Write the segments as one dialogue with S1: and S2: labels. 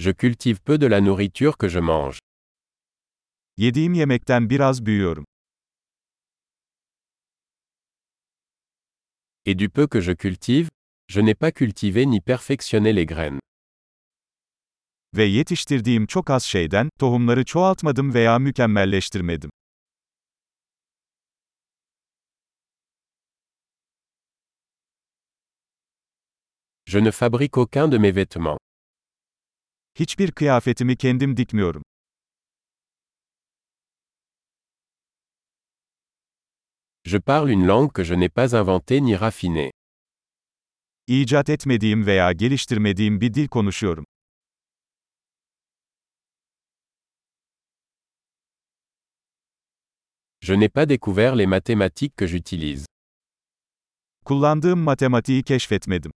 S1: Je cultive peu de la nourriture que je mange.
S2: Yediğim yemekten biraz büyüyorum.
S1: Et du peu que je cultive, je n'ai pas cultivé ni perfectionné les graines.
S2: Ve yetiştirdiğim çok az şeyden, tohumları çoğaltmadım veya mükemmelleştirmedim.
S1: Je ne fabrique aucun de mes vêtements.
S2: Hiçbir kıyafetimi kendim dikmiyorum.
S1: Je parle une langue que je n'ai pas inventée ni raffinée.
S2: İcat etmediğim veya geliştirmediğim bir dil konuşuyorum.
S1: Je n'ai pas découvert les mathématiques que j'utilise.
S2: Kullandığım matematiği keşfetmedim.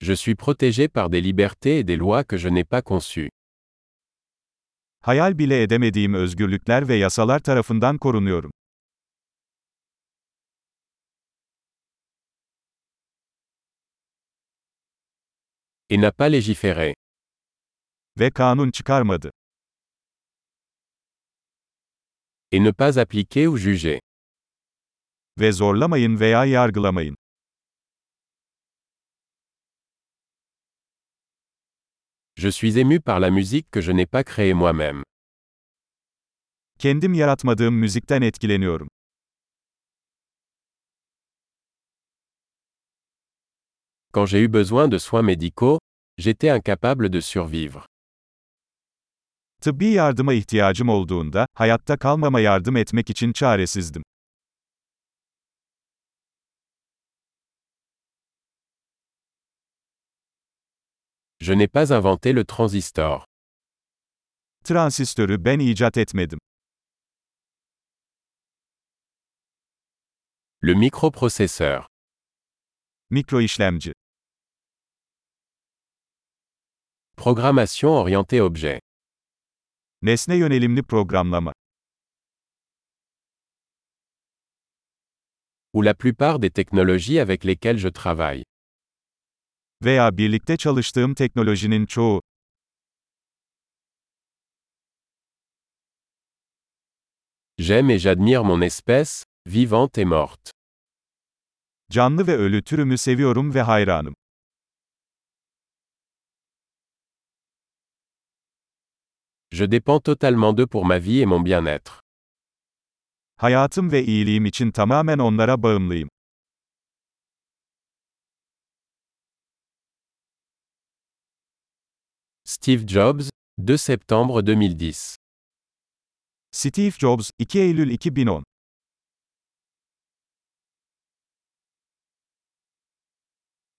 S1: Je suis protégé par des libertés et des lois que je n'ai pas conçues.
S2: Hayal bile edemediğim özgürlükler ve yasalar tarafından korunuyorum.
S1: Et n'a pas légiféré.
S2: Ve kanun çıkarmadı.
S1: Et ne pas appliquer ou juger.
S2: Ve zorlamayın veya yargılamayın.
S1: Je suis ému par la musique que je n'ai pas créée moi-même.
S2: Kendim yaratmadığım müzikten etkileniyorum.
S1: Quand j'ai eu besoin de soins médicaux, j'étais incapable de survivre.
S2: Tıbbi yardıma ihtiyacım olduğunda, hayatta kalmama yardım etmek için çaresizdim.
S1: Je n'ai pas inventé le transistor.
S2: Transistörü ben icat etmedim.
S1: Le microprocesseur.
S2: Mikroişlemci,
S1: Programmation orientée objet.
S2: nesne yönelimli programlama
S1: Ou la plupart des technologies avec lesquelles je travaille.
S2: veya birlikte çalıştığım teknolojinin çoğu
S1: J'aime et j'admire mon espèce, vivante et morte.
S2: canlı ve ölü türümü seviyorum ve hayranım.
S1: Je dépends totalement d'eux pour ma vie et mon bien-être.
S2: Hayatım ve iyiliğim için tamamen onlara bağımlıyım.
S1: Steve Jobs, 2 septembre 2010.
S2: Steve Jobs, 2 Eylül 2010